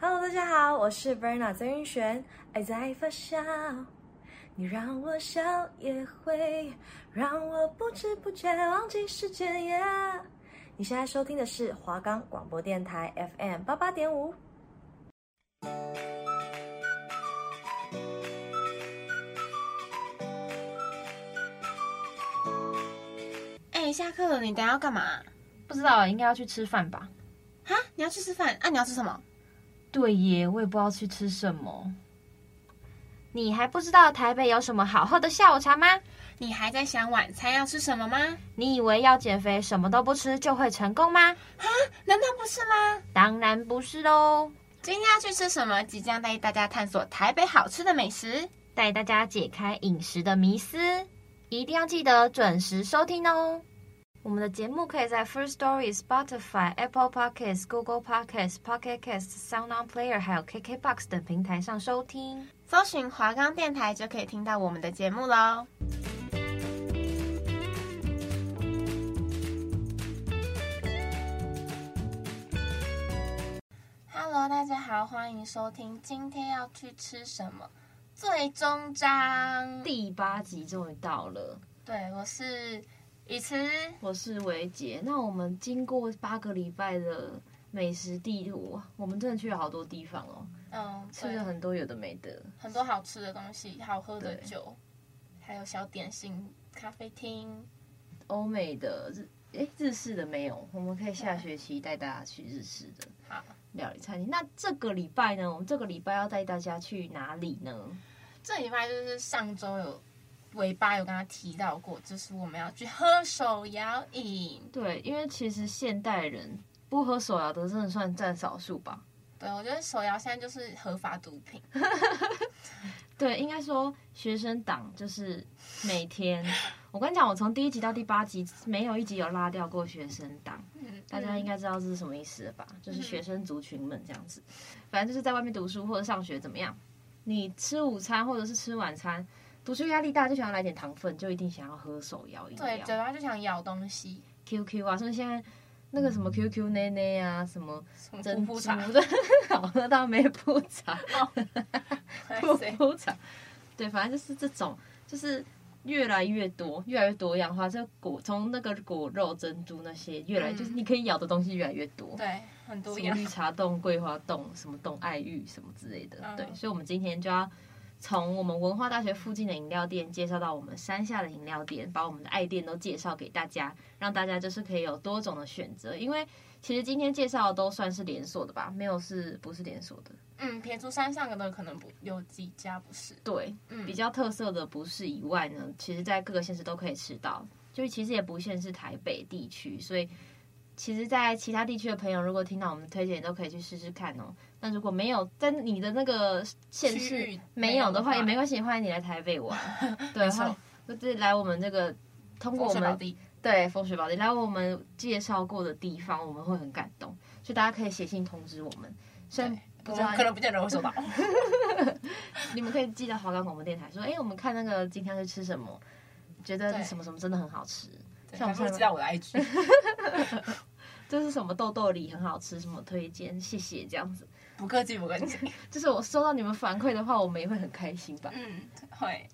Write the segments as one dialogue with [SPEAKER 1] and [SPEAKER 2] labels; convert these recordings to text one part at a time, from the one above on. [SPEAKER 1] Hello，大家好，我是 Verna 曾云璇，爱在发酵，你让我笑，也会让我不知不觉忘记时间耶。你现在收听的是华冈广播电台 FM 八八点五。
[SPEAKER 2] 哎、下课了，你等一下要干嘛？
[SPEAKER 3] 不知道，应该要去吃饭吧？
[SPEAKER 2] 哈，你要去吃饭啊？你要吃什么？
[SPEAKER 3] 对耶，我也不知道去吃什么。你还不知道台北有什么好喝的下午茶吗？
[SPEAKER 2] 你还在想晚餐要吃什么吗？
[SPEAKER 3] 你以为要减肥什么都不吃就会成功吗？
[SPEAKER 2] 难道不是吗？
[SPEAKER 3] 当然不是喽！
[SPEAKER 2] 今天要去吃什么？即将带大家探索台北好吃的美食。
[SPEAKER 3] 带大家解开饮食的迷思，一定要记得准时收听哦。我们的节目可以在 First Story、Spotify、Apple Podcasts、Google Podcasts、Pocket Casts、Sound On Player 还有 KKBox 等平台上收听。
[SPEAKER 2] 搜寻华冈电台就可以听到我们的节目喽。Hello，大家好，欢迎收听今天要去吃什么最终章。
[SPEAKER 3] 第八集终于到了。
[SPEAKER 2] 对，我是雨慈。
[SPEAKER 3] 我是维杰。那我们经过八个礼拜的美食地图，我们真的去了好多地方哦，
[SPEAKER 2] 嗯，
[SPEAKER 3] 吃了很多有的没的。
[SPEAKER 2] 很多好吃的东西，好喝的
[SPEAKER 3] 对
[SPEAKER 2] 酒，还有小点心、咖啡厅。
[SPEAKER 3] 欧美的日，哎，日式的没有，我们可以下学期带大家去日式的
[SPEAKER 2] 好，
[SPEAKER 3] 料理餐厅。那这个礼拜呢，我们这个礼拜要带大家去哪里呢？
[SPEAKER 2] 这礼拜就是上周有尾巴有跟他提到过，就是我们要去喝手摇饮。
[SPEAKER 3] 对，因为其实现代人不喝手摇的真的算占少数吧。
[SPEAKER 2] 对，我觉得手摇现在就是合法毒品。
[SPEAKER 3] 对，应该说学生党就是每天，我跟你讲，我从第一集到第八集没有一集有拉掉过学生党。
[SPEAKER 2] 嗯，
[SPEAKER 3] 大家应该知道这是什么意思了吧？就是学生族群们这样子，反正就是在外面读书或者上学怎么样，你吃午餐或者是吃晚餐，读书压力大就想要来点糖分，就一定想要喝手摇饮
[SPEAKER 2] 对，嘴
[SPEAKER 3] 料
[SPEAKER 2] 巴就想咬东西，
[SPEAKER 3] ，QQ 啊，所以现在那个什么 QQ 奶奶啊，什么
[SPEAKER 2] 什么
[SPEAKER 3] 珍
[SPEAKER 2] 嗯噗
[SPEAKER 3] 珠
[SPEAKER 2] 噗茶，
[SPEAKER 3] 的，好喝到没铺 茶，
[SPEAKER 2] 哇
[SPEAKER 3] 噗
[SPEAKER 2] 塞
[SPEAKER 3] 噗茶，对，反正就是这种，就是。越来越多，越来越多样化。这果从那个果肉、珍珠那些，越来、
[SPEAKER 2] 嗯
[SPEAKER 3] 就是你可以咬的东西越来越多。
[SPEAKER 2] 对，很多
[SPEAKER 3] 什么
[SPEAKER 2] 样。
[SPEAKER 3] 绿茶冻、桂花冻、什么冻爱玉什么之类的。
[SPEAKER 2] 嗯
[SPEAKER 3] 对，所以我们今天就要从我们文化大学附近的饮料店介绍到我们山下的饮料店，把我们的爱店都介绍给大家，让大家就是可以有多种的选择。因为其实今天介绍的都算是连锁的吧，没有是不是连锁的？
[SPEAKER 2] 嗯，撇除山上的可能不有几家不是。
[SPEAKER 3] 对，
[SPEAKER 2] 嗯
[SPEAKER 3] 比较特色的不是以外呢，其实在各个县市都可以吃到，就是其实也不限是台北地区，所以其实，在其他地区的朋友如果听到我们推荐，也都可以去试试看哦。那如果没有在你的那个县
[SPEAKER 2] 区
[SPEAKER 3] 市
[SPEAKER 2] 域
[SPEAKER 3] 没有的
[SPEAKER 2] 没有的话
[SPEAKER 3] 话，也没关系，欢迎你来台北 玩，对，欢迎就是来我们这个通过我
[SPEAKER 2] 水宝
[SPEAKER 3] 们
[SPEAKER 2] 地，
[SPEAKER 3] 对风水宝地来我们介绍过的地方，我们会很感动，所以大家可以写信通知我们，虽然嗯不
[SPEAKER 2] 我
[SPEAKER 3] 知道
[SPEAKER 2] 们可能不见得会 收到。
[SPEAKER 3] 你们可以寄到华冈广播电台说，哎、我们看那个今天去吃什么，觉得
[SPEAKER 2] 对
[SPEAKER 3] 什么什么真的很好吃，像
[SPEAKER 2] 还
[SPEAKER 3] 我
[SPEAKER 2] 不如
[SPEAKER 3] 们
[SPEAKER 2] 知道我的 IG。
[SPEAKER 3] 就是什么豆豆梨很好吃，什么推荐，谢谢这样子。
[SPEAKER 2] 不客气，不客气。
[SPEAKER 3] 就是我收到你们反馈的话，我们也会很开心吧。
[SPEAKER 2] 嗯，会。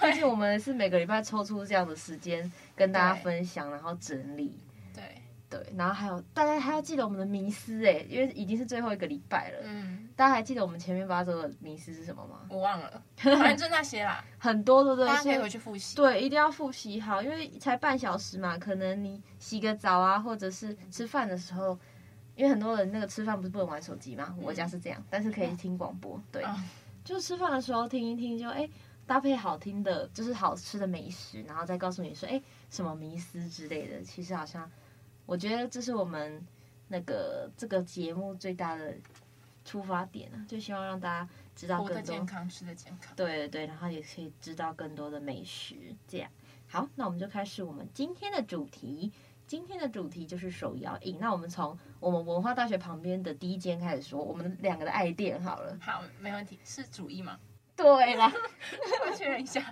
[SPEAKER 3] 而且我们是每个礼拜抽出这样的时间跟大家
[SPEAKER 2] 对
[SPEAKER 3] 分享，然后整理。
[SPEAKER 2] 对，
[SPEAKER 3] 对，然后还有大家还要记得我们的迷思哎，因为已经是最后一个礼拜了。
[SPEAKER 2] 嗯，
[SPEAKER 3] 大家还记得我们前面八周的迷思是什么吗？
[SPEAKER 2] 我忘 了，反正就那些啦，
[SPEAKER 3] 很多对不对？
[SPEAKER 2] 大家可以
[SPEAKER 3] 所
[SPEAKER 2] 回去复习。
[SPEAKER 3] 对，一定要复习好，因为才半小时嘛，可能你洗个澡啊，或者是吃饭的时候，因为很多人那个吃饭不是不能玩手机嘛，我家是这样，但是可以听广播，对，
[SPEAKER 2] 啊
[SPEAKER 3] 就吃饭的时候听一听就，哎搭配好听的，就是好吃的美食，然后再告诉你说，哎什么迷思之类的，其实好像我觉得这是我们那个这个节目最大的出发点啊，就希望让大家知道
[SPEAKER 2] 活得
[SPEAKER 3] 更多
[SPEAKER 2] 健康，吃得健康。
[SPEAKER 3] 对对对，然后也可以知道更多的美食。这样，好，那我们就开始我们今天的主题。今天的主题就是手摇饮。那我们从我们文化大学旁边的第一间开始说，我们两个的爱店好了。
[SPEAKER 2] 好，没问题。是主意吗？
[SPEAKER 3] 对啦，
[SPEAKER 2] 我确认一下。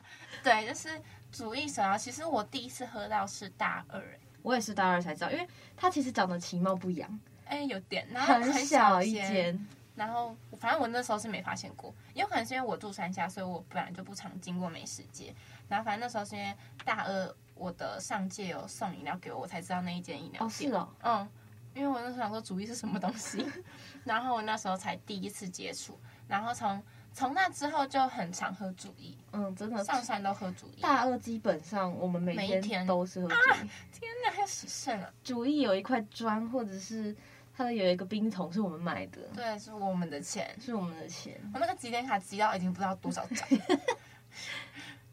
[SPEAKER 2] 对，就是主意手摇。其实我第一次喝到是大二、欸，
[SPEAKER 3] 我也是大二才知道，因为它其实长得其貌不扬，
[SPEAKER 2] 哎、哎、有点，然后
[SPEAKER 3] 很
[SPEAKER 2] 小
[SPEAKER 3] 小一
[SPEAKER 2] 间，
[SPEAKER 3] 间，
[SPEAKER 2] 然后反正我那时候是没发现过，也有可能是因为我住山下，所以我本来就不常经过美食街。然后反正那时候是因为大二我的上届有送饮料给我，我才知道那一间饮料
[SPEAKER 3] 哦
[SPEAKER 2] 店。
[SPEAKER 3] 是哦，
[SPEAKER 2] 嗯，因为我那时候想说主义是什么东西， 然后我那时候才第一次接触，然后从从那之后就很常喝主义，
[SPEAKER 3] 嗯，真的，
[SPEAKER 2] 上山都喝主义。
[SPEAKER 3] 大二基本上我们每
[SPEAKER 2] 每一天啊
[SPEAKER 3] 天都是喝主义，
[SPEAKER 2] 天哪，还有喜盛啊！
[SPEAKER 3] 主义有一块砖或者是它的有一个冰桶是我们买的，
[SPEAKER 2] 对，是我们的钱，
[SPEAKER 3] 是我们的钱，
[SPEAKER 2] 我那个几点卡积到已经不知道多少 张。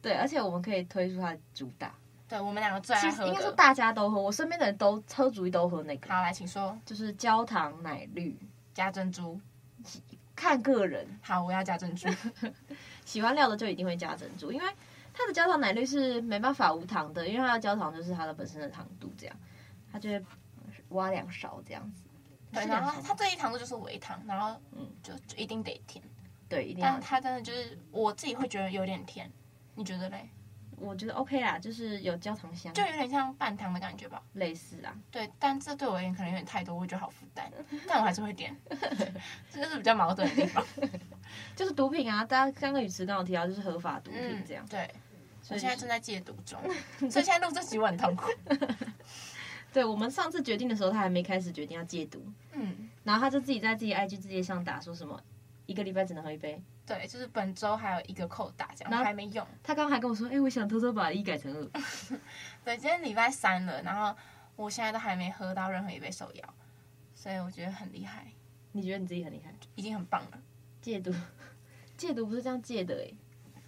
[SPEAKER 3] 对，而且我们可以推出它的主打，
[SPEAKER 2] 对我们两个最爱
[SPEAKER 3] 其实
[SPEAKER 2] 喝
[SPEAKER 3] 应该说
[SPEAKER 2] 的。
[SPEAKER 3] 大家都喝，我身边的人都喝主义都喝那个，
[SPEAKER 2] 好，来，请说
[SPEAKER 3] 就是焦糖奶绿，
[SPEAKER 2] 加珍珠。
[SPEAKER 3] 看个人，
[SPEAKER 2] 好，我要加珍珠。
[SPEAKER 3] 喜欢料的就一定会加珍珠，因为它的焦糖奶绿是没办法无糖的，因为它的焦糖就是它的本身的糖度这样，它就会挖两勺这样子。
[SPEAKER 2] 对，
[SPEAKER 3] 是啊
[SPEAKER 2] 然
[SPEAKER 3] 两勺
[SPEAKER 2] 后它这一糖度就是微糖，然后嗯
[SPEAKER 3] 嗯，
[SPEAKER 2] 就就一定得甜。
[SPEAKER 3] 对，一定要
[SPEAKER 2] 但。它真的就是我自己会觉得有点甜，你觉得嘞？
[SPEAKER 3] 我觉得 OK 啦，就是有焦糖香，
[SPEAKER 2] 就有点像半糖的感觉吧。
[SPEAKER 3] 类似啦。
[SPEAKER 2] 对，但这对我而言可能有点太多，我会觉得好负担，但我还是会点， 这就是比较矛盾的地方。
[SPEAKER 3] 就是毒品啊，大家刚刚雨池刚好提到，就是合法毒
[SPEAKER 2] 嗯
[SPEAKER 3] 品，这样。
[SPEAKER 2] 对。
[SPEAKER 3] 所
[SPEAKER 2] 我
[SPEAKER 3] 以
[SPEAKER 2] 现在正在戒毒中，所以现在录这集我很 痛苦。
[SPEAKER 3] 对我们上次决定的时候，他还没开始决定要戒毒，
[SPEAKER 2] 嗯，
[SPEAKER 3] 然后他就自己在自己 IG 字节上打说什么一个礼拜只能喝一杯。
[SPEAKER 2] 对，就是本周还有一个扣打，这样
[SPEAKER 3] 那
[SPEAKER 2] 我还没用。
[SPEAKER 3] 他刚刚还跟我说，哎、我想偷偷把一改成二。
[SPEAKER 2] 对，今天礼拜三了，然后我现在都还没喝到任何一杯手摇，所以我觉得很厉害，
[SPEAKER 3] 你觉得你自己很厉害？
[SPEAKER 2] 已经很棒了。
[SPEAKER 3] 戒毒， 戒毒不是这样戒的哎、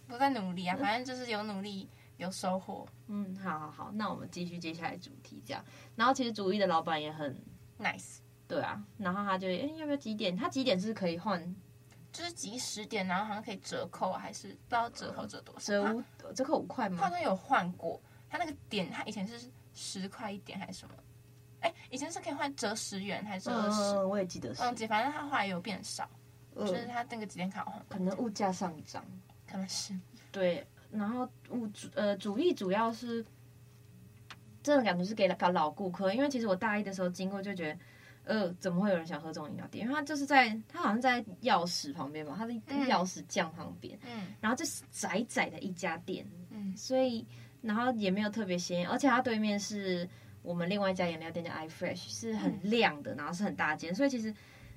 [SPEAKER 2] 我在努力啊，反正就是有努力有收获。
[SPEAKER 3] 嗯，好好好，那我们继续接下来主题这样。然后其实主义的老板也很
[SPEAKER 2] Nice，
[SPEAKER 3] 对啊，然后他就哎、诶要不要几点？他几点是可以换
[SPEAKER 2] 就是集十点，然后好像可以折扣，还是不知道折扣折多少。
[SPEAKER 3] 折
[SPEAKER 2] 他
[SPEAKER 3] 五折扣五块
[SPEAKER 2] 他好
[SPEAKER 3] 吗？
[SPEAKER 2] 像有换过，他那个点，他以前是十块一点还是什么？哎，以前是可以换折十元还是折二十？
[SPEAKER 3] 嗯，我也记得是，
[SPEAKER 2] 忘记，反正他后来有变少，就是
[SPEAKER 3] 嗯，
[SPEAKER 2] 他那个几点卡换，
[SPEAKER 3] 可能物价上涨。
[SPEAKER 2] 可能是
[SPEAKER 3] 对，然后物主呃主力主要是这种感觉是给老老顾客，因为其实我大一的时候经过就觉得，呃，怎么会有人想喝这种饮料店？因为它就是在它好像在钥匙旁边吧，它的
[SPEAKER 2] 嗯
[SPEAKER 3] 钥匙匠旁边，
[SPEAKER 2] 嗯
[SPEAKER 3] 然后就是窄窄的一家店，
[SPEAKER 2] 嗯
[SPEAKER 3] 所以然后也没有特别显眼，而且它对面是我们另外一家饮料店叫 iFresh，是很亮的，然后是很大间，所以其实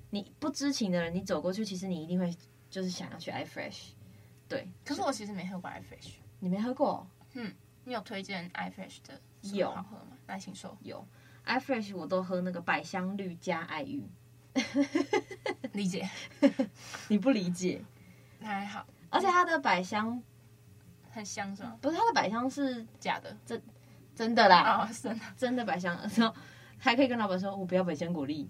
[SPEAKER 3] 你不知情的人，你走过去，其实你一定会就是想要去 iFresh。对，
[SPEAKER 2] 可是我其实没喝过 iFresh，
[SPEAKER 3] 你没喝过哦、
[SPEAKER 2] 你有推荐 iFresh 的什么
[SPEAKER 3] 有
[SPEAKER 2] 好喝吗？来，请说。
[SPEAKER 3] 有 iFresh 我都喝那个百香绿加爱玉，
[SPEAKER 2] 理解，
[SPEAKER 3] 你不理解。
[SPEAKER 2] 还好，
[SPEAKER 3] 而且它的百香
[SPEAKER 2] 很香是吗？
[SPEAKER 3] 不是它的百香是
[SPEAKER 2] 假的
[SPEAKER 3] 真的啦，
[SPEAKER 2] 啊，真的
[SPEAKER 3] 真的百香， 然后还可以跟老板说我不要百香果粒，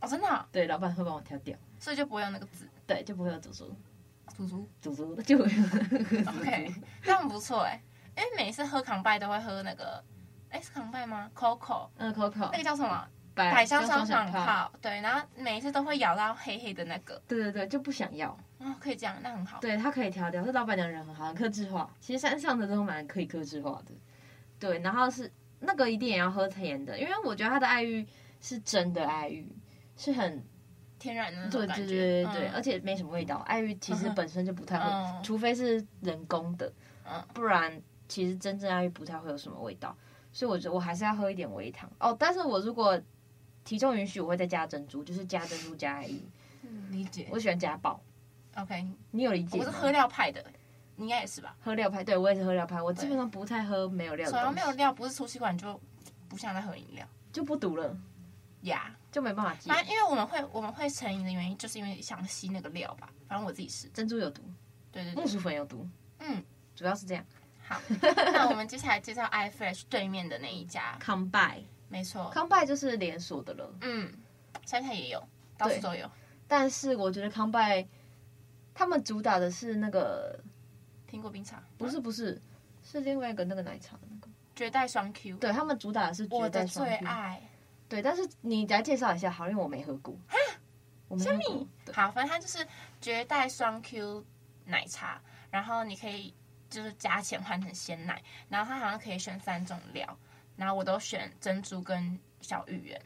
[SPEAKER 2] 哦，真的啊，
[SPEAKER 3] 对，老板会帮我挑掉，
[SPEAKER 2] 所以就不会用那个字。
[SPEAKER 3] 对，就不会有祖祖
[SPEAKER 2] 猪猪
[SPEAKER 3] 祖祖就会有
[SPEAKER 2] OK，这样不错哎、因为每次喝康拜都会喝那个，哎、是康拜吗？Coco
[SPEAKER 3] 嗯
[SPEAKER 2] 那个
[SPEAKER 3] Coco
[SPEAKER 2] 叫什么？
[SPEAKER 3] 哎百
[SPEAKER 2] 百香双响
[SPEAKER 3] 炮，
[SPEAKER 2] 炮。对，然后每一次都会咬到黑黑的那个，
[SPEAKER 3] 对对对，就不想要，
[SPEAKER 2] 哦，可以这样，那很好。
[SPEAKER 3] 对他可以调掉，这老板娘人很好，很克制化。其实山上的都蛮可以克制化的，对。然后是那个一定也要喝甜的，因为我觉得他的爱玉是真的爱玉，是很
[SPEAKER 2] 天然的那种
[SPEAKER 3] 对
[SPEAKER 2] 感
[SPEAKER 3] 对
[SPEAKER 2] 觉。
[SPEAKER 3] 对对对，
[SPEAKER 2] 嗯
[SPEAKER 3] 而且没什么味道。爱玉其实
[SPEAKER 2] 嗯哼
[SPEAKER 3] 本身就不太会，
[SPEAKER 2] 嗯
[SPEAKER 3] 除非是人工的，
[SPEAKER 2] 嗯
[SPEAKER 3] 不然其实真正爱玉不太会有什么味道。所以我觉得我还是要喝一点微糖哦。但是我如果体重允许，我会再加珍珠，就是加珍珠加爱玉。
[SPEAKER 2] 嗯理解
[SPEAKER 3] 我。喜欢加爆，
[SPEAKER 2] OK，
[SPEAKER 3] 你有理解
[SPEAKER 2] 我
[SPEAKER 3] 吗？
[SPEAKER 2] 是喝料派的，你应该也是吧？
[SPEAKER 3] 喝料派，对我也是喝料派，我
[SPEAKER 2] 对
[SPEAKER 3] 基本上不太喝没有料
[SPEAKER 2] 手
[SPEAKER 3] 的
[SPEAKER 2] 摇
[SPEAKER 3] 东
[SPEAKER 2] 没有
[SPEAKER 3] 西，
[SPEAKER 2] 料，不是出吸管就不像在喝饮料
[SPEAKER 3] 就不赌了，
[SPEAKER 2] 呀。
[SPEAKER 3] 就没办法戒。
[SPEAKER 2] 反正因为我们会我们会成瘾的原因，就是因为想吸那个料吧。反正我自己是，
[SPEAKER 3] 珍珠有毒，
[SPEAKER 2] 对 对对
[SPEAKER 3] 木。薯粉有毒，
[SPEAKER 2] 嗯，
[SPEAKER 3] 主要是这样。
[SPEAKER 2] 好，那我们接下来介绍 iFresh 对面的那一家，
[SPEAKER 3] 康拜，
[SPEAKER 2] 没错，
[SPEAKER 3] 康拜就是连锁的了，
[SPEAKER 2] 嗯，山下也有，到处
[SPEAKER 3] 对
[SPEAKER 2] 都有。
[SPEAKER 3] 但是我觉得康拜他们主打的是那个，
[SPEAKER 2] 苹果冰茶
[SPEAKER 3] 不是不是，是另外一个那个奶茶的那个，
[SPEAKER 2] 绝代双 Q，
[SPEAKER 3] 对他们主打的是
[SPEAKER 2] 我
[SPEAKER 3] 绝
[SPEAKER 2] 的
[SPEAKER 3] 代
[SPEAKER 2] 最
[SPEAKER 3] 双拼，
[SPEAKER 2] 爱。
[SPEAKER 3] 对，但是你来介绍一下好，因为我没喝过，我没喝过，对
[SPEAKER 2] 好，反正它就是绝代双 Q 奶茶，然后你可以就是加钱换成鲜奶，然后它好像可以选三种料，然后我都选珍珠跟小芋圆，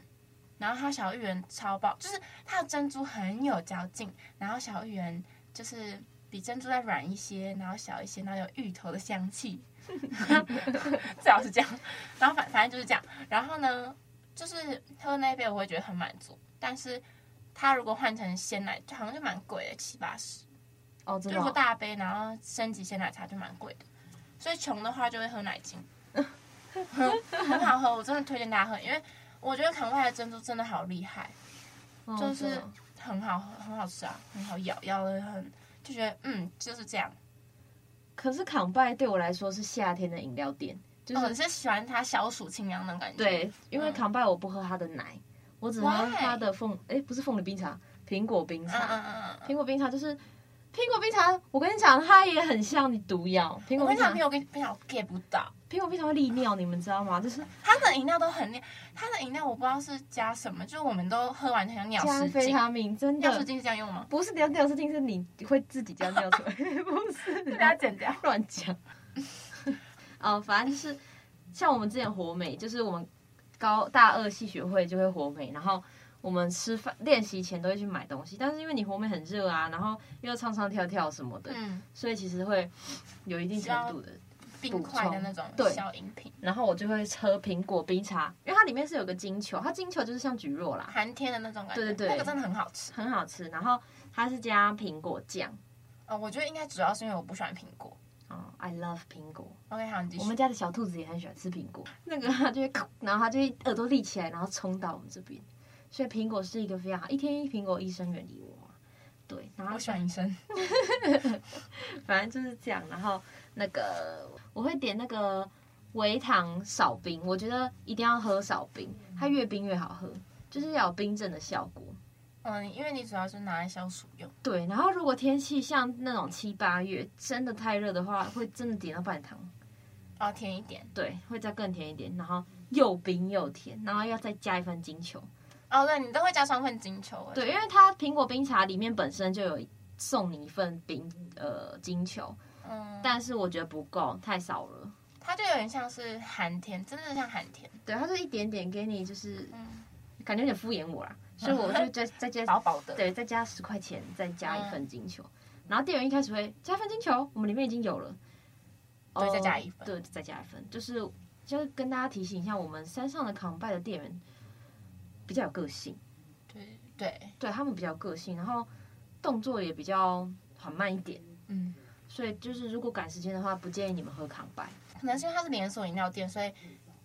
[SPEAKER 2] 然后它小芋圆超爆，就是它的珍珠很有嚼劲，然后小芋圆就是比珍珠再软一些，然后小一些，然后有芋头的香气， 最好是这样。然后反反正就是这样。然后呢，就是喝那一杯我会觉得很满足，但是它如果换成鲜奶，就好像就蛮贵的，七八十。
[SPEAKER 3] 哦，真
[SPEAKER 2] 就
[SPEAKER 3] 的
[SPEAKER 2] 如果
[SPEAKER 3] 哦、
[SPEAKER 2] 大杯，然后升级鲜奶茶就蛮贵的，所以穷的话就会喝奶精， 很好喝，我真的推荐大家喝，因为我觉得肯外的珍珠真的好厉害，
[SPEAKER 3] 哦
[SPEAKER 2] 就
[SPEAKER 3] 真
[SPEAKER 2] 是
[SPEAKER 3] 的哦
[SPEAKER 2] 很好喝，很好吃啊，很好咬，咬的很就觉得嗯就是这样。
[SPEAKER 3] 可是康拜对我来说是夏天的饮料店，就
[SPEAKER 2] 哦，
[SPEAKER 3] 是、
[SPEAKER 2] 你是喜欢它消暑清凉的感觉？
[SPEAKER 3] 对，因为
[SPEAKER 2] 嗯
[SPEAKER 3] 康拜我不喝它的奶，我只喝
[SPEAKER 2] Why？
[SPEAKER 3] 它的凤，哎、不是凤梨冰茶，苹果冰
[SPEAKER 2] 嗯，
[SPEAKER 3] 茶，
[SPEAKER 2] 嗯嗯嗯
[SPEAKER 3] 苹果冰茶就是苹果冰茶。我跟你讲，它也很像你毒药。苹
[SPEAKER 2] 嗯。
[SPEAKER 3] 果冰
[SPEAKER 2] 我跟你
[SPEAKER 3] 茶
[SPEAKER 2] 讲，，没有跟跟你讲，我 get 不到。
[SPEAKER 3] 苹果冰茶会利尿，你们知道吗？就是
[SPEAKER 2] 它的饮料都很亮，它的饮料我不知道是加什么，就是我们都喝完很像尿
[SPEAKER 3] 加
[SPEAKER 2] 失
[SPEAKER 3] 非
[SPEAKER 2] 禁。
[SPEAKER 3] 他命，真
[SPEAKER 2] 尿失
[SPEAKER 3] 的
[SPEAKER 2] 禁是这样用吗？
[SPEAKER 3] 不是尿尿失禁，是你会自己这样尿出来， 不是
[SPEAKER 2] 给它剪掉。
[SPEAKER 3] 乱讲。 哦，反正就是像我们之前活美，就是我们高大二系学会就会活美，然后我们吃饭练习前都会去买东西，但是因为你活美很热啊，然后又唱唱跳跳什么的，
[SPEAKER 2] 嗯，
[SPEAKER 3] 所以其实会有一定程度的。
[SPEAKER 2] 冰块的那种
[SPEAKER 3] 补充对
[SPEAKER 2] 小饮品，
[SPEAKER 3] 然后我就会喝苹果冰茶，因为它里面是有个金球，它金球就是像菊若啦，
[SPEAKER 2] 寒天的那种感觉，
[SPEAKER 3] 对对对
[SPEAKER 2] 那个真的很好吃。
[SPEAKER 3] 很好吃。然后它是加苹果酱，
[SPEAKER 2] 呃，我觉得应该主要是因为我不喜欢苹果。
[SPEAKER 3] 哦，I love 苹果。
[SPEAKER 2] OK，好，你继
[SPEAKER 3] 我
[SPEAKER 2] 续
[SPEAKER 3] 们。家的小兔子也很喜欢吃苹果，那个啊它就会咔，然后它就会耳朵立起来，然后冲到我们这边。所以苹果是一个非常好，一天一苹果，医生远离我嘛。对，然后
[SPEAKER 2] 我喜欢医生，
[SPEAKER 3] 反正就是这样。然后那个我会点那个微糖少冰，我觉得一定要喝少冰，它越冰越好喝，就是要有冰镇的效果。
[SPEAKER 2] 嗯，因为你主要是拿来消暑用。
[SPEAKER 3] 对，然后如果天气像那种七八月真的太热的话，会真的点到半糖，
[SPEAKER 2] 哦，甜一点。
[SPEAKER 3] 对，会再更甜一点，然后又冰又甜，然后要再加一份金球。
[SPEAKER 2] 哦，对，你都会加双份金球。
[SPEAKER 3] 对，因为它苹果冰茶里面本身就有送你一份冰呃金球，
[SPEAKER 2] 嗯，
[SPEAKER 3] 但是我觉得不够，太少了。
[SPEAKER 2] 它就有点像是寒天，真的像寒天。
[SPEAKER 3] 对，它就一点点给你，就是
[SPEAKER 2] 嗯，
[SPEAKER 3] 感觉有点敷衍我啦，所以 我就再再加
[SPEAKER 2] 薄薄的。
[SPEAKER 3] 对再加十块钱，再加一份金球。然后店员一开始会加一份金球，我们里面已经有了，
[SPEAKER 2] 对
[SPEAKER 3] 哦
[SPEAKER 2] 再加一份
[SPEAKER 3] 对，再加一份，就是就是跟大家提醒一下，我们山上的康拜的店员比较有个性。
[SPEAKER 2] 对对，
[SPEAKER 3] 对他们比较个性，然后动作也比较缓慢一点，
[SPEAKER 2] 嗯，
[SPEAKER 3] 所以就是如果赶时间的话，不建议你们喝康拜。
[SPEAKER 2] 可能是因为它是连锁饮料店，所以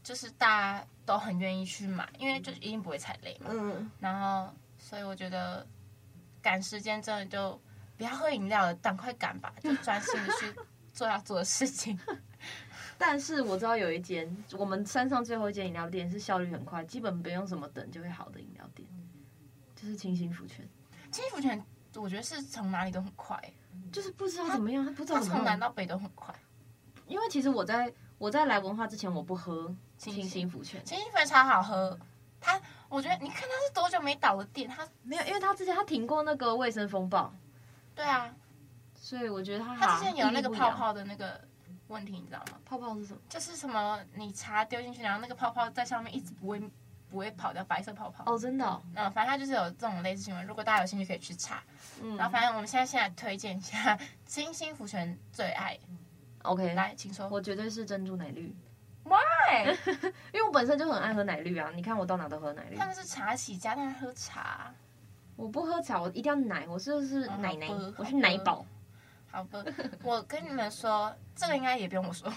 [SPEAKER 2] 就是大家都很愿意去买，因为就一定不会踩雷嘛。
[SPEAKER 3] 嗯，
[SPEAKER 2] 然后，所以我觉得赶时间真的就不要喝饮料了，赶快赶吧，就专心的 去做要做的事情。
[SPEAKER 3] 但是我知道有一间我们山上最后一间饮料店是效率很快，基本不用什么等就会好的饮料店，就是清新福泉，
[SPEAKER 2] 清福泉，我觉得是从哪里都很快，
[SPEAKER 3] 就是不知道怎么样，他不知道
[SPEAKER 2] 它
[SPEAKER 3] 怎么
[SPEAKER 2] 从南
[SPEAKER 3] 弄。
[SPEAKER 2] 到北都很快。
[SPEAKER 3] 因为其实我在我在来文化之前，我不喝
[SPEAKER 2] 清
[SPEAKER 3] 清
[SPEAKER 2] 新
[SPEAKER 3] 新福泉，
[SPEAKER 2] 清福泉超好喝，它我觉得你看它是多久没倒的店，它
[SPEAKER 3] 没有，因为他之前他停过那个卫生风暴，
[SPEAKER 2] 对啊，
[SPEAKER 3] 所以我觉得他
[SPEAKER 2] 它之前有那个泡
[SPEAKER 3] 啊
[SPEAKER 2] 泡的那个问题，你知道吗？
[SPEAKER 3] 泡泡是什么？
[SPEAKER 2] 就是什么你茶丢进去，然后那个泡泡在上面一直不会不会跑掉，白色泡泡。
[SPEAKER 3] 哦，真的哦、
[SPEAKER 2] 嗯，反正它就是有这种类似新闻，如果大家有兴趣可以去查。
[SPEAKER 3] 嗯
[SPEAKER 2] 然后反正我们现在现在推荐一下清新福泉最爱，
[SPEAKER 3] ，OK，
[SPEAKER 2] 来，请说。
[SPEAKER 3] 我绝对是珍珠奶绿。
[SPEAKER 2] Why？
[SPEAKER 3] 因为我本身就很爱喝奶绿啊，你看我到哪都喝奶绿
[SPEAKER 2] 他。们是茶起家，但是喝茶，
[SPEAKER 3] 我不喝茶，我一定要奶，我就是奶奶，
[SPEAKER 2] 嗯好喝
[SPEAKER 3] 我是奶宝。
[SPEAKER 2] 好吧。我跟你们说，这个应该也不用我说，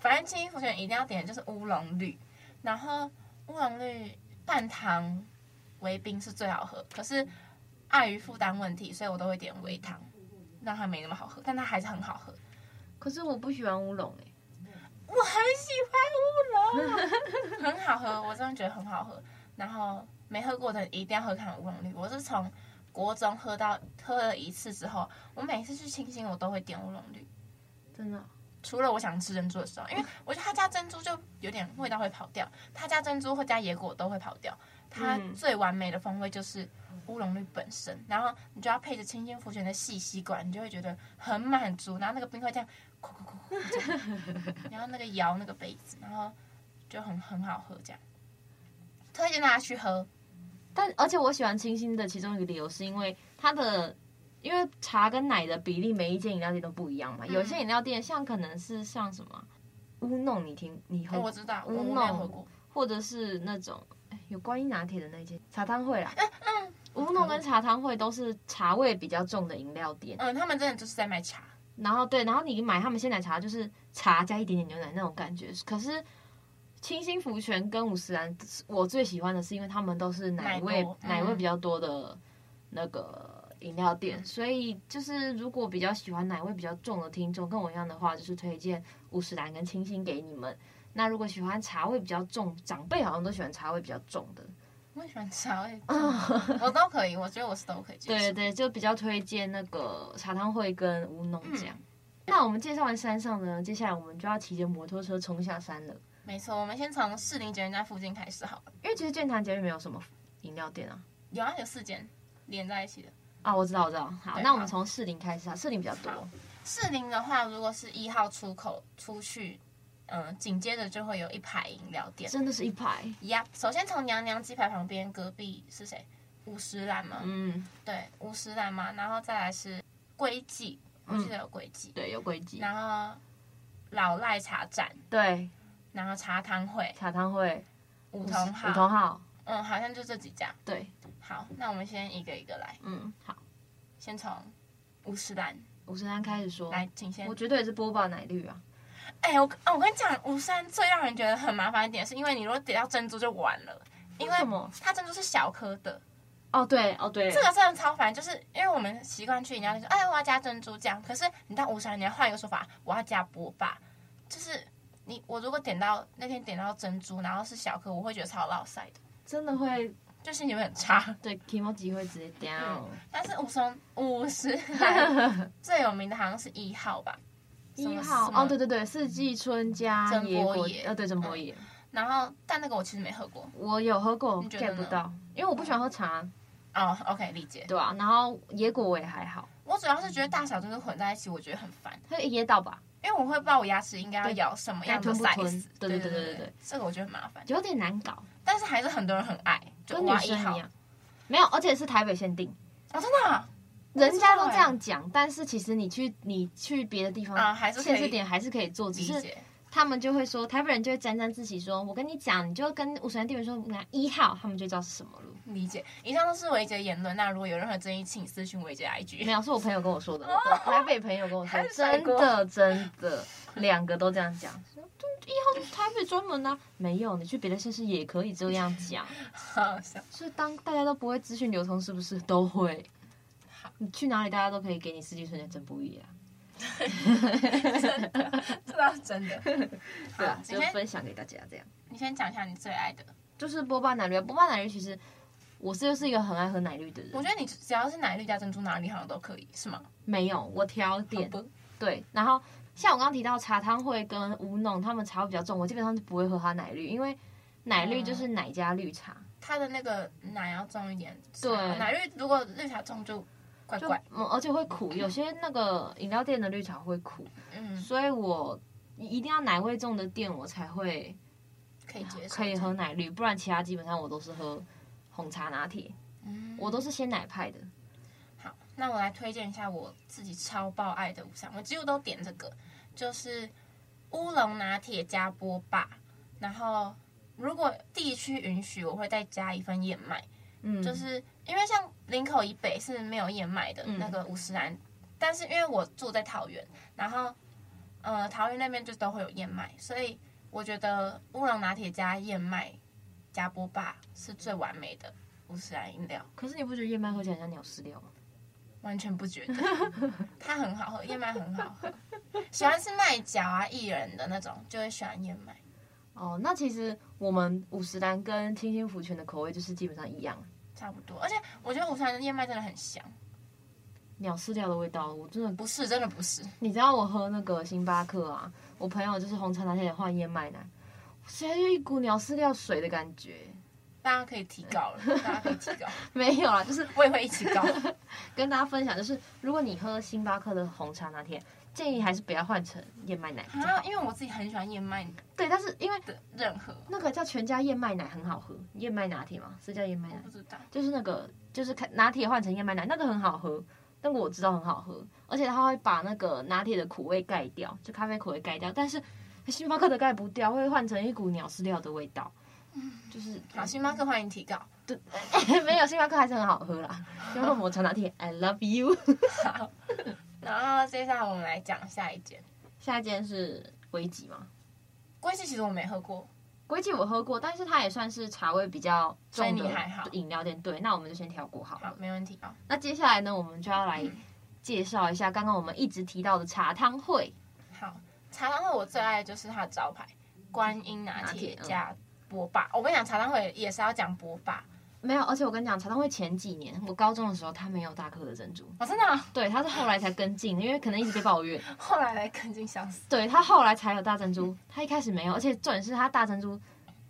[SPEAKER 2] 反正清新福泉一定要点的就是乌龙绿，然后乌龙绿半糖微冰是最好喝，可是碍于负担问题，所以我都会点微糖，让它没那么好喝，但它还是很好喝。
[SPEAKER 3] 可是我不喜欢乌龙哎、
[SPEAKER 2] 我很喜欢乌龙， 很好喝，我真的觉得很好喝。然后没喝过的一定要喝看乌龙绿。我是从国中喝到喝了一次之后，我每次去清新我都会点乌龙绿，
[SPEAKER 3] 真的哦、
[SPEAKER 2] 除了我想吃珍珠的时候，因为我觉得他家珍珠就有点味道会跑掉，他家珍珠或加野果都会跑掉。它
[SPEAKER 3] 嗯
[SPEAKER 2] 最完美的风味就是乌龙绿本身，然后你就要配着清新福泉的细吸管，你就会觉得很满足。然后那个冰块这样，咕咕咕咕咕这样然后那个摇那个杯子，然后就很很好喝这样。推荐大家去喝，
[SPEAKER 3] 但而且我喜欢清新的其中一个理由是因为它的，因为茶跟奶的比例每一间饮料店都不一样嘛。有些饮料店像可能是像什么乌弄，你听你喝，
[SPEAKER 2] 哦我知道，我
[SPEAKER 3] 乌
[SPEAKER 2] 我没有喝
[SPEAKER 3] 弄
[SPEAKER 2] 过。，
[SPEAKER 3] 或者是那种哎有观音拿铁的那间茶汤会啦。乌弄跟茶汤会都是茶味比较重的饮料店，
[SPEAKER 2] 嗯，他们真的就是在卖茶，
[SPEAKER 3] 然后对，然后你买他们鲜奶茶就是茶加一点点牛奶那种感觉。可是清新福泉跟五十岚，我最喜欢的是因为他们都是奶味
[SPEAKER 2] 奶多嗯
[SPEAKER 3] 奶味比较多的那个饮料店，所以就是如果比较喜欢奶味比较重的听众跟我一样的话，就是推荐五十岚跟清新给你们。那如果喜欢茶味比较重，长辈好像都喜欢茶味比较重的，
[SPEAKER 2] 我很喜欢茶味，我都可以，我觉得我是都可以接受。
[SPEAKER 3] 哦对对，就比较推荐那个茶汤会跟乌弄
[SPEAKER 2] 嗯
[SPEAKER 3] 这样。那我们介绍完山上呢，接下来我们就要骑着摩托车冲下山了，
[SPEAKER 2] 没错，我们先从士林捷运站附近开始好了。
[SPEAKER 3] 因为其实建潭捷运没有什么饮料店啊。
[SPEAKER 2] 有啊，有四间连在一起的。
[SPEAKER 3] 啊，我知道，我知道。好，
[SPEAKER 2] 对
[SPEAKER 3] 那我
[SPEAKER 2] 好
[SPEAKER 3] 们从士林开始啊，士林比较多
[SPEAKER 2] 好。士林的话，如果是一号出口出去，嗯，紧接着就会有一排饮料店。
[SPEAKER 3] 真的是一排，
[SPEAKER 2] 呀首先从娘娘鸡排旁边隔壁是谁？五十岚嘛，
[SPEAKER 3] 嗯，
[SPEAKER 2] 对，五十岚嘛，然后再来是龟记，我记得有龟记，
[SPEAKER 3] 对，有轨迹，
[SPEAKER 2] 然后老赖茶站，
[SPEAKER 3] 对，
[SPEAKER 2] 然后茶汤会、
[SPEAKER 3] 茶汤会，
[SPEAKER 2] 五同
[SPEAKER 3] 五
[SPEAKER 2] 号，
[SPEAKER 3] 同号，
[SPEAKER 2] 嗯，好像就这几家。
[SPEAKER 3] 对，
[SPEAKER 2] 好，那我们先一个一个来，
[SPEAKER 3] 嗯，好，
[SPEAKER 2] 先从五十岚
[SPEAKER 3] 五十三开始说，
[SPEAKER 2] 来，请先
[SPEAKER 3] 我。绝对也是波霸奶绿啊，
[SPEAKER 2] 哎、我哦我跟你讲，五十岚最让人觉得很麻烦的点，是因为你如果点到珍珠就完了，因为
[SPEAKER 3] 什么？
[SPEAKER 2] 它珍珠是小颗的，
[SPEAKER 3] 哦，对，哦对，
[SPEAKER 2] 这个真的超烦，就是因为我们习惯去饮料店说，哎，我要加珍珠酱，可是你到五十岚，你要换一个说法，我要加波霸，就是你我如果点到那天点到珍珠，然后是小颗，我会觉得超落塞的，
[SPEAKER 3] 真的会
[SPEAKER 2] 就心情会很差。
[SPEAKER 3] 对 k i m o j i 会直接 down。
[SPEAKER 2] 但是五十五十 岚最有名的好像是一号吧，什
[SPEAKER 3] 一
[SPEAKER 2] 么
[SPEAKER 3] 号
[SPEAKER 2] 什么
[SPEAKER 3] 哦，对对对，四季春加
[SPEAKER 2] 珍
[SPEAKER 3] 野
[SPEAKER 2] 波
[SPEAKER 3] 果
[SPEAKER 2] 野嗯
[SPEAKER 3] 呃，对珍波野，
[SPEAKER 2] 然后但那个我其实没喝过。
[SPEAKER 3] 我有喝过
[SPEAKER 2] 你觉得
[SPEAKER 3] ，get
[SPEAKER 2] 呢
[SPEAKER 3] 不到，因为我不喜欢喝茶，
[SPEAKER 2] 哦、o k 理解。
[SPEAKER 3] 对吧、然后野果我也还好，
[SPEAKER 2] 我主要是觉得大小珍珠混在一起，我觉得很烦，
[SPEAKER 3] 喝椰道吧，
[SPEAKER 2] 因为我会不知道我牙齿应该要
[SPEAKER 3] 对
[SPEAKER 2] 咬什么样的
[SPEAKER 3] 该吞不
[SPEAKER 2] size
[SPEAKER 3] 吞对对对
[SPEAKER 2] 对
[SPEAKER 3] 对对
[SPEAKER 2] 对，这个我觉得很麻烦。
[SPEAKER 3] 有点难搞，
[SPEAKER 2] 但是还是很多人很爱，就
[SPEAKER 3] 跟女
[SPEAKER 2] 挖一
[SPEAKER 3] 生
[SPEAKER 2] 号
[SPEAKER 3] 一样。没有，而且是台北限定，
[SPEAKER 2] 哦，真的啊、
[SPEAKER 3] 人家都
[SPEAKER 2] 欸
[SPEAKER 3] 这样讲，但是其实你去你去别的地方
[SPEAKER 2] 啊还是可以
[SPEAKER 3] 县市点还是可以做，只
[SPEAKER 2] 理
[SPEAKER 3] 是
[SPEAKER 2] 解。
[SPEAKER 3] 他们就会说台北人就会沾沾自喜说，我跟你讲，你就跟五十岚店员说，我们俩一号，他们就知道是什么了。
[SPEAKER 2] 理解，以上都是维杰的言论。那如果有任何争议，请私讯维杰
[SPEAKER 3] 没
[SPEAKER 2] IG。
[SPEAKER 3] 有，是我朋友跟我说的，我台北朋友跟我说
[SPEAKER 2] 还，是甩
[SPEAKER 3] 真
[SPEAKER 2] 锅
[SPEAKER 3] 的真的，两个都这样讲。说对一号就是台北专门啊，没有，你去别的县市也可以这样 讲。
[SPEAKER 2] 好笑
[SPEAKER 3] 所以当大家都不会资讯流通，是不是都会
[SPEAKER 2] 好？
[SPEAKER 3] 你去哪里，大家都可以给你司机瞬间真不一啊。
[SPEAKER 2] 这倒是真的。
[SPEAKER 3] 对啊
[SPEAKER 2] 好，
[SPEAKER 3] 就
[SPEAKER 2] 你先
[SPEAKER 3] 分享给大家这样。
[SPEAKER 2] 你先讲一下你最爱的。
[SPEAKER 3] 就是波霸奶绿啊，波霸奶绿其实我是就是一个很爱喝奶绿的
[SPEAKER 2] 我
[SPEAKER 3] 人。
[SPEAKER 2] 觉得你只要是奶绿加珍珠，哪里好像都可以，是吗？
[SPEAKER 3] 没有，我挑点
[SPEAKER 2] 好吧
[SPEAKER 3] 对，然后像我刚刚提到茶汤会跟乌弄，他们茶味比较重，我基本上是不会喝它奶绿，因为奶绿就是奶加绿茶，
[SPEAKER 2] 它的那个奶要重一点。
[SPEAKER 3] 对
[SPEAKER 2] 奶绿如果绿茶重就怪
[SPEAKER 3] 就
[SPEAKER 2] 怪。
[SPEAKER 3] 嗯而且会苦，有些那个饮料店的绿茶会苦，
[SPEAKER 2] 嗯，
[SPEAKER 3] 所以我一定要奶味重的店我才会
[SPEAKER 2] 可以接受。
[SPEAKER 3] 可以喝。奶绿，不然其他基本上我都是喝红茶拿铁，
[SPEAKER 2] 嗯，
[SPEAKER 3] 我都是鲜奶派的。
[SPEAKER 2] 好，那我来推荐一下我自己超爆爱的午餐，我几乎都点这个，就是乌龙拿铁加波霸，然后如果地区允许，我会再加一份燕麦，
[SPEAKER 3] 嗯，
[SPEAKER 2] 就是因为像林口以北是没有燕麦的
[SPEAKER 3] 嗯
[SPEAKER 2] 那个五十岚，但是因为我住在桃园，然后呃桃园那边就都会有燕麦，所以我觉得乌龙拿铁加燕麦加波霸是最完美的五十岚饮料。
[SPEAKER 3] 可是你不觉得燕麦喝起来很像鸟饲料吗？
[SPEAKER 2] 完全不觉得， 它很好喝，燕麦很好喝。喜欢吃麦角啊、薏仁的那种，就会喜欢燕麦。
[SPEAKER 3] 哦，那其实我们五十岚跟清新福泉的口味就是基本上一样，
[SPEAKER 2] 差不多，而且我觉得五川的燕麦真的很香，
[SPEAKER 3] 鸟饲料的味道，我真的
[SPEAKER 2] 不是真的不是，
[SPEAKER 3] 你知道我喝那个星巴克啊，我朋友就是红茶拿铁换燕麦奶，现在就一股鸟饲料水的感觉。
[SPEAKER 2] 大家可以提高 了，大家可以提高，
[SPEAKER 3] 没有啦，就是
[SPEAKER 2] 我也会一起高。
[SPEAKER 3] 跟大家分享，就是如果你喝星巴克的红茶拿铁，建议还是不要换成燕麦奶比较
[SPEAKER 2] 啊，
[SPEAKER 3] 好。
[SPEAKER 2] 因为我自己很喜欢燕麦
[SPEAKER 3] 对，但是因为
[SPEAKER 2] 的任何，
[SPEAKER 3] 那个叫全家燕麦奶很好喝，燕麦拿铁嘛，是叫燕麦
[SPEAKER 2] 我
[SPEAKER 3] 奶
[SPEAKER 2] 不，知道，
[SPEAKER 3] 就是那个就是看拿铁换成燕麦奶，那个很好喝，那个我知道很好喝，而且它会把那个拿铁的苦味盖掉，就咖啡苦味盖掉，但是星巴克的盖不掉，会换成一股鸟饲料的味道，就是
[SPEAKER 2] 好，星巴克欢迎提告。
[SPEAKER 3] 没有，星巴克还是很好喝啦。星巴克抹茶拿铁，I love you。
[SPEAKER 2] 好，然后接下来我们来讲下一间
[SPEAKER 3] 下一间是龟记嘛，
[SPEAKER 2] 龟记，其实我没喝过，
[SPEAKER 3] 龟记我喝过，但是它也算是茶味比较重
[SPEAKER 2] 所以
[SPEAKER 3] 的
[SPEAKER 2] 你还好
[SPEAKER 3] 饮料店。对，那我们就先跳过好
[SPEAKER 2] 好
[SPEAKER 3] 了，。
[SPEAKER 2] 没问题啊、
[SPEAKER 3] 那接下来呢，我们就要来介绍一下刚刚我们一直提到的茶汤会。
[SPEAKER 2] 好，茶汤会我最爱的就是它的招牌观音拿
[SPEAKER 3] 拿
[SPEAKER 2] 铁
[SPEAKER 3] 铁
[SPEAKER 2] 嗯加波霸。我跟你讲，茶汤会也是要讲波霸，
[SPEAKER 3] 没有，而且我跟你讲，茶汤会前几年我高中的时候，它没有大颗的珍珠，
[SPEAKER 2] 我、真的啊、
[SPEAKER 3] 对，它是后来才跟进，因为可能一直被抱怨，
[SPEAKER 2] 后来来跟进相思。
[SPEAKER 3] 对，它后来才有大珍珠，它一开始没有，而且重点是它大珍珠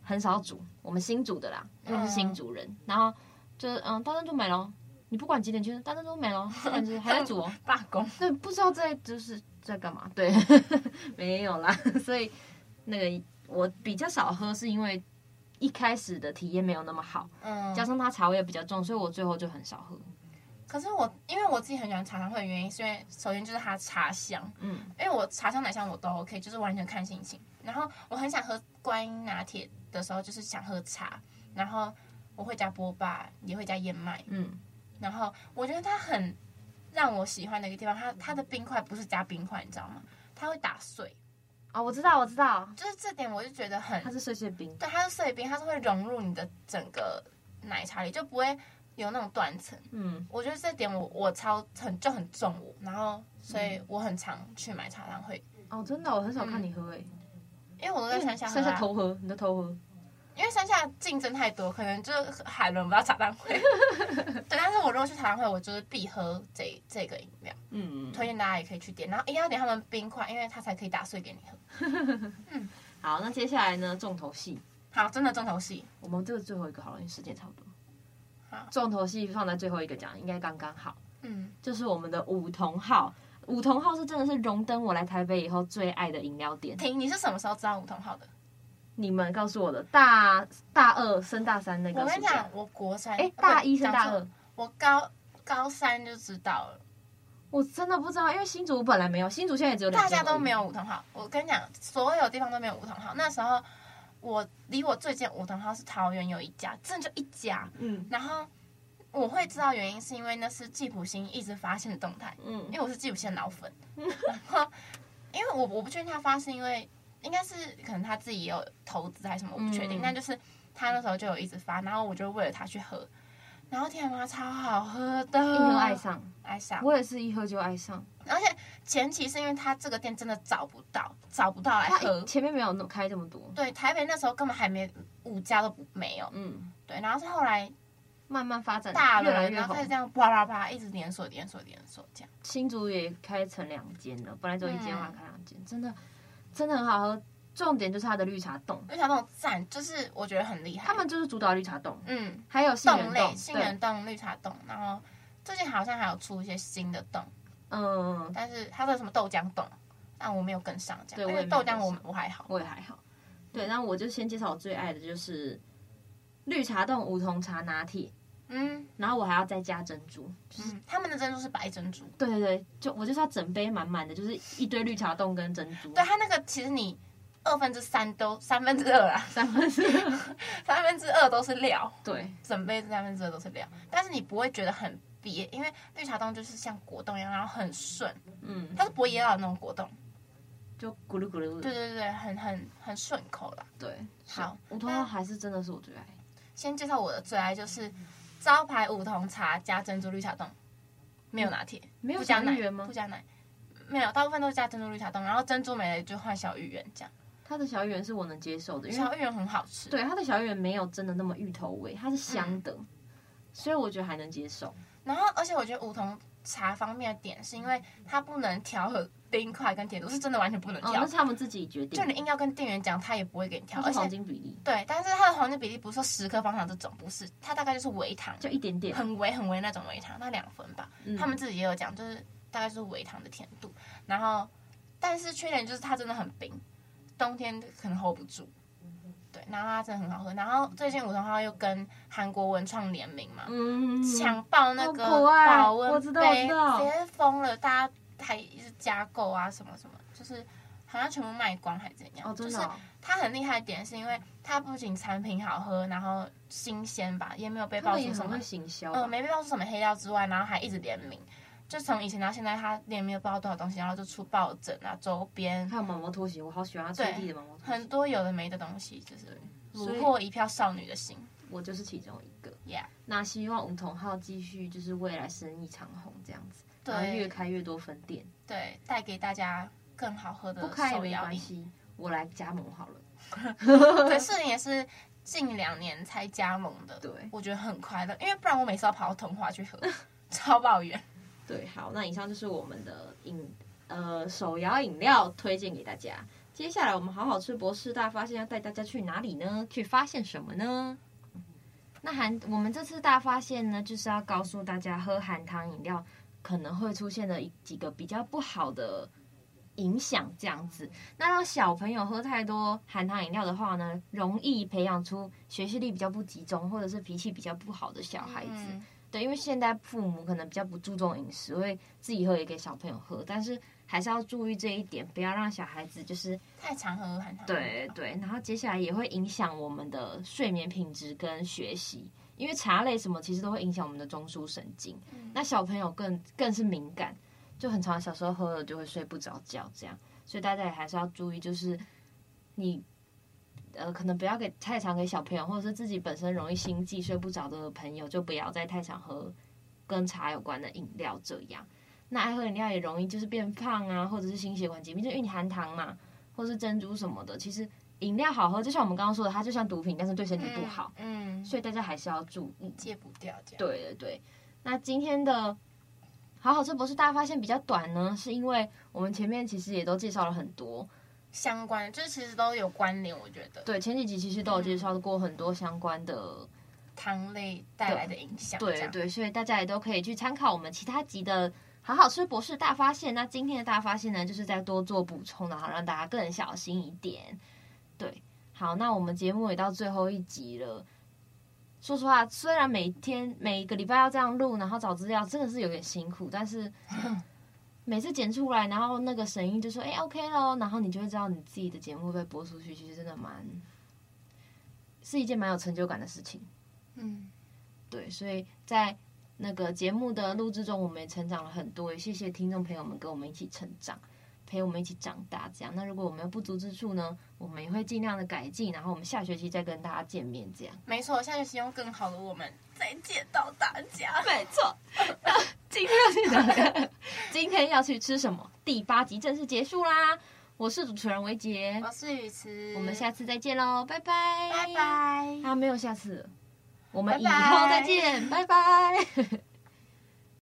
[SPEAKER 3] 很少煮，我们新煮的啦，因为我是新竹人，然后就是嗯，大珍珠没了，你不管几点去，大珍珠没了，不管是还在煮哦，
[SPEAKER 2] 罢工，
[SPEAKER 3] 对，不知道在就是在干嘛，对， 没有啦， 所以那个我比较少喝，是因为一开始的体验没有那么好，
[SPEAKER 2] 嗯，
[SPEAKER 3] 加上它茶味也比较重，所以我最后就很少喝，
[SPEAKER 2] 可是我因为我自己很喜欢茶汤会的原因，是因为首先就是它茶香，
[SPEAKER 3] 嗯，
[SPEAKER 2] 因为我茶香奶香我都 OK，就是完全看心情。然后我很想喝观音拿铁的时候，就是想喝茶，然后我会加波霸，也会加燕麦。
[SPEAKER 3] 嗯，
[SPEAKER 2] 然后我觉得它很让我喜欢的一个地方，它它的冰块不是加冰块，你知道吗？它会打碎，
[SPEAKER 3] 啊、我知道，我知道，
[SPEAKER 2] 就是这点我就觉得很
[SPEAKER 3] 它是碎碎冰，
[SPEAKER 2] 对，它是碎冰，它是会融入你的整个奶茶里，就不会有那种断层。
[SPEAKER 3] 嗯。
[SPEAKER 2] 我觉得这点我我超很就很重我，然后所以我很常去买茶汤会，
[SPEAKER 3] 哦，真的，我很少看你喝诶、
[SPEAKER 2] 嗯
[SPEAKER 3] 欸
[SPEAKER 2] 因为我都在山下喝、
[SPEAKER 3] 剩下
[SPEAKER 2] 啊，
[SPEAKER 3] 偷喝，嗯你在偷喝。
[SPEAKER 2] 因为山下竞争太多，可能就是还轮不到茶汤 会。对，但是我如果去茶汤会，我就是必喝这这个饮料。
[SPEAKER 3] 嗯，
[SPEAKER 2] 推荐大家也可以去点，然后一定要点他们冰块，因为它才可以打碎给你喝。
[SPEAKER 3] 好，那接下来呢，重头戏，
[SPEAKER 2] 好，真的重头戏，
[SPEAKER 3] 我们这个最后一个好了，因为时间差不多。
[SPEAKER 2] 好
[SPEAKER 3] 重头戏放在最后一个讲，应该刚刚好，
[SPEAKER 2] 嗯，
[SPEAKER 3] 就是我们的五同号。五同号是真的是荣登我来台北以后最爱的饮料店。
[SPEAKER 2] 婷，你是什么时候知道梧桐号的？
[SPEAKER 3] 你们告诉我的，大大二升大三那
[SPEAKER 2] 我
[SPEAKER 3] 个
[SPEAKER 2] 跟
[SPEAKER 3] 暑
[SPEAKER 2] 你
[SPEAKER 3] 假
[SPEAKER 2] 讲，，我国三，呃
[SPEAKER 3] 哎、
[SPEAKER 2] 不
[SPEAKER 3] 大一升大，
[SPEAKER 2] 讲
[SPEAKER 3] 二
[SPEAKER 2] 错，我高高三就知道了，
[SPEAKER 3] 我真的不知道，因为新竹本来没有，新竹现在只有两
[SPEAKER 2] 大家
[SPEAKER 3] 间而已
[SPEAKER 2] 都没有梧桐号。我跟你讲，所有地方都没有梧桐号。那时候我离我最近的梧桐号是桃园有一家，真的就一家。
[SPEAKER 3] 嗯
[SPEAKER 2] 然后我会知道原因是因为那是季普星一直发现的动态。因
[SPEAKER 3] 嗯
[SPEAKER 2] 为我是吉普线脑粉，然后因为我我不确定他发是因为应该是可能他自己也有投资还是什么，我不确定，
[SPEAKER 3] 嗯
[SPEAKER 2] 但就是他那时候就有一直发，然后我就为了他去喝，然后天啊妈超好喝的，
[SPEAKER 3] 一喝爱上，
[SPEAKER 2] 爱上，
[SPEAKER 3] 我也是一喝就爱上。
[SPEAKER 2] 而且前提是因为他这个店真的找不到，找不到来
[SPEAKER 3] 它
[SPEAKER 2] 喝。
[SPEAKER 3] 前面没有那么开这么多，
[SPEAKER 2] 对，台北那时候根本还没五家都不没有，
[SPEAKER 3] 嗯。
[SPEAKER 2] 对，然后是后来
[SPEAKER 3] 慢慢发展，
[SPEAKER 2] 大
[SPEAKER 3] 越来
[SPEAKER 2] 了，
[SPEAKER 3] 越
[SPEAKER 2] 然后
[SPEAKER 3] 红
[SPEAKER 2] 开。始这样啪啦啪啦一直连锁连锁连锁这样，
[SPEAKER 3] 新竹也开成两间了，本来只有一间，
[SPEAKER 2] 嗯
[SPEAKER 3] 后来开两间，真的真的很好喝。重点就是它的绿茶冻，
[SPEAKER 2] 绿茶那种赞，就是我觉得很厉害。
[SPEAKER 3] 他们就是主打绿茶冻，
[SPEAKER 2] 嗯，
[SPEAKER 3] 还有杏
[SPEAKER 2] 冻
[SPEAKER 3] 仁
[SPEAKER 2] 类，
[SPEAKER 3] 冻，
[SPEAKER 2] 杏
[SPEAKER 3] 对
[SPEAKER 2] 仁，冻、绿茶冻，然后最近好像还有出一些新的冻，
[SPEAKER 3] 嗯，
[SPEAKER 2] 但是它的什么豆浆冻，但我没有跟上，这
[SPEAKER 3] 对
[SPEAKER 2] 样，因
[SPEAKER 3] 我
[SPEAKER 2] 为
[SPEAKER 3] 也没
[SPEAKER 2] 豆
[SPEAKER 3] 有
[SPEAKER 2] 浆
[SPEAKER 3] 跟
[SPEAKER 2] 我
[SPEAKER 3] 上
[SPEAKER 2] 我还好，
[SPEAKER 3] 我也还好。对，那我就先介绍我最爱的就是绿茶冻、梧桐茶拿铁，
[SPEAKER 2] 嗯
[SPEAKER 3] 然后我还要再加珍珠。就是
[SPEAKER 2] 嗯，他们的珍珠是白珍珠，
[SPEAKER 3] 对对对，就我就是要整杯满满的，就是一堆绿茶冻跟珍珠。
[SPEAKER 2] 对，它那个其实你二分之三都三分之二啊，
[SPEAKER 3] 三分之二
[SPEAKER 2] 三分之二都是料，
[SPEAKER 3] 对，
[SPEAKER 2] 整杯三分之二都是料，但是你不会觉得很憋，因为绿茶冻就是像果冻一样，然后很顺，
[SPEAKER 3] 嗯，
[SPEAKER 2] 它是不会噎到的那种果冻，
[SPEAKER 3] 就咕噜咕噜。
[SPEAKER 2] 对对对，很很很顺口啦。
[SPEAKER 3] 对，
[SPEAKER 2] 好
[SPEAKER 3] 是梧桐
[SPEAKER 2] 那
[SPEAKER 3] 还是真的是我最爱。
[SPEAKER 2] 先介绍我的最爱就是招牌梧桐茶加珍珠绿茶冻，没有拿铁，
[SPEAKER 3] 嗯没有
[SPEAKER 2] 不加
[SPEAKER 3] 小
[SPEAKER 2] 奶
[SPEAKER 3] 芋圆吗
[SPEAKER 2] 不？加奶，没有，大部分都是加珍珠绿茶冻，然后珍珠没了就换小芋圆这样。
[SPEAKER 3] 它的小芋圆是我能接受的，因为
[SPEAKER 2] 小芋圆很好吃，
[SPEAKER 3] 对它的小芋圆没有真的那么芋头味，它是
[SPEAKER 2] 嗯
[SPEAKER 3] 香的，所以我觉得还能接受。
[SPEAKER 2] 然后而且我觉得梧桐茶方面的点是因为它不能调和冰块跟铁度，是真的完全不能
[SPEAKER 3] 哦，
[SPEAKER 2] 调，
[SPEAKER 3] 那是他们自己决定
[SPEAKER 2] 就
[SPEAKER 3] 的
[SPEAKER 2] 你，硬要跟店员讲，他也不会给你调，
[SPEAKER 3] 它
[SPEAKER 2] 而
[SPEAKER 3] 是黄
[SPEAKER 2] 且。
[SPEAKER 3] 金比例，
[SPEAKER 2] 对，但是它的黄金比例不是说十克方糖这种，不是，它大概就是微糖，
[SPEAKER 3] 就一点点。
[SPEAKER 2] 很微很微那种微糖，那两分吧。
[SPEAKER 3] 嗯
[SPEAKER 2] 他们自己也有讲，就是大概是微糖的甜度，然后但是缺点就是它真的很冰，冬天可能 hold 不住。对，然后它真的很好喝。然后最近梧桐花又跟韩国文创联名嘛，
[SPEAKER 3] 嗯，
[SPEAKER 2] 抢爆那个
[SPEAKER 3] 好可爱
[SPEAKER 2] 保温
[SPEAKER 3] 我知道我
[SPEAKER 2] 杯，
[SPEAKER 3] 知道
[SPEAKER 2] 直接疯了，大家还一直加购啊，什么什么，就是好像全部卖光还是怎样，
[SPEAKER 3] 哦，
[SPEAKER 2] 就
[SPEAKER 3] 真
[SPEAKER 2] 是
[SPEAKER 3] 的哦、
[SPEAKER 2] 它很厉害的点是因为它不仅产品好喝，然后新鲜吧，也没有被
[SPEAKER 3] 他
[SPEAKER 2] 爆
[SPEAKER 3] 们也
[SPEAKER 2] 出什
[SPEAKER 3] 很
[SPEAKER 2] 么
[SPEAKER 3] 会，行销吧，
[SPEAKER 2] 呃，没被爆出什么黑料之外，然后还一直联名，就从以前到现在，它联名了不知道多少东西，然后就出抱枕啊、周边，
[SPEAKER 3] 还有毛毛拖鞋，我好喜欢它
[SPEAKER 2] 对
[SPEAKER 3] 翠蒂的毛毛拖
[SPEAKER 2] 很
[SPEAKER 3] 鞋，
[SPEAKER 2] 多有的没的东西，就是
[SPEAKER 3] 所以
[SPEAKER 2] 虏获一票少女的心。
[SPEAKER 3] 我就是其中一个。
[SPEAKER 2] Yeah，
[SPEAKER 3] 那希望梧桐号继续就是未来生意长虹这样子，然后
[SPEAKER 2] 对
[SPEAKER 3] 越开越多分店，
[SPEAKER 2] 对，带给大家更好喝的
[SPEAKER 3] 不开也
[SPEAKER 2] 手
[SPEAKER 3] 没
[SPEAKER 2] 摇
[SPEAKER 3] 关
[SPEAKER 2] 饮。
[SPEAKER 3] 系，我来加盟好了。
[SPEAKER 2] 对，摄影也是近两年才加盟的，
[SPEAKER 3] 对
[SPEAKER 2] 我觉得很快乐，因为不然我每次要跑到桐华去喝， 超抱怨。
[SPEAKER 3] 对，好，那以上就是我们的饮呃手摇饮料推荐给大家。接下来我们好好吃博士大发现要带大家去哪里呢？去发现什么呢？那含我们这次大发现呢，就是要告诉大家喝含糖饮料可能会出现的一几个比较不好的影响，这样子。那让小朋友喝太多含糖饮料的话呢，容易培养出学习力比较不集中，或者是脾气比较不好的小哦孩子。
[SPEAKER 2] 嗯
[SPEAKER 3] 对，因为现在父母可能比较不注重饮食，会自己喝也给小朋友喝，但是还是要注意这一点，不要让小孩子就是
[SPEAKER 2] 太常喝含糖。
[SPEAKER 3] 对，对，然后接下来也会影响我们的睡眠品质跟学习，因为茶类什么其实都会影响我们的中枢神经，那小朋友更更是敏感，就很常小时候喝了就会睡不着觉这样，所以大家也还是要注意，就是你。呃，可能不要给太常给小朋友，或者是自己本身容易心悸睡不着的朋友，就不要再太常喝跟茶有关的饮料这样。那爱喝饮料也容易就是变胖啊，或者是心血管疾病，就因为你含糖嘛，或是珍珠什么的。其实饮料好喝，就像我们刚刚说的，它就像毒品，但是对身体不好，
[SPEAKER 2] 嗯，嗯，
[SPEAKER 3] 所以大家还是要注意。
[SPEAKER 2] 戒不掉这样。
[SPEAKER 3] 对对对，那今天的好好吃博士大发现比较短呢，是因为我们前面其实也都介绍了很多，
[SPEAKER 2] 相关就是其实都有关联，我觉得
[SPEAKER 3] 对前几集其实都有介绍过很多相关的
[SPEAKER 2] 糖类带来的影响。这
[SPEAKER 3] 对
[SPEAKER 2] 样，
[SPEAKER 3] 对，所以大家也都可以去参考我们其他集的好好吃博士大发现。那今天的大发现呢，就是再多做补充，然后让大家更小心一点。对，好，那我们节目也到最后一集了。说实话，虽然每天每个礼拜要这样录，然后找资料，真的是有点辛苦，但 是每次剪出来，然后那个声音就说“哎、o k 咯”，然后你就会知道你自己的节目被播出去，其实真的蛮是一件蛮有成就感的事情。
[SPEAKER 2] 嗯，
[SPEAKER 3] 对，所以在那个节目的录制中，我们也成长了很多，也谢谢听众朋友们跟我们一起成长，陪我们一起长大。这样，那如果我们有不足之处呢，我们也会尽量的改进，然后我们下学期再跟大家见面。这样，
[SPEAKER 2] 没错，下学期用更好的我们再见到大家。
[SPEAKER 3] 没错。今天要去哪里？啊 今天要去吃什么？第八集正式结束啦！我是主持人维杰
[SPEAKER 2] 我，是雨慈，
[SPEAKER 3] 我们下次再见喽，拜拜，
[SPEAKER 2] 拜。拜。
[SPEAKER 3] 啊，没有下次了，我们以
[SPEAKER 2] 拜拜
[SPEAKER 3] 后再见，拜拜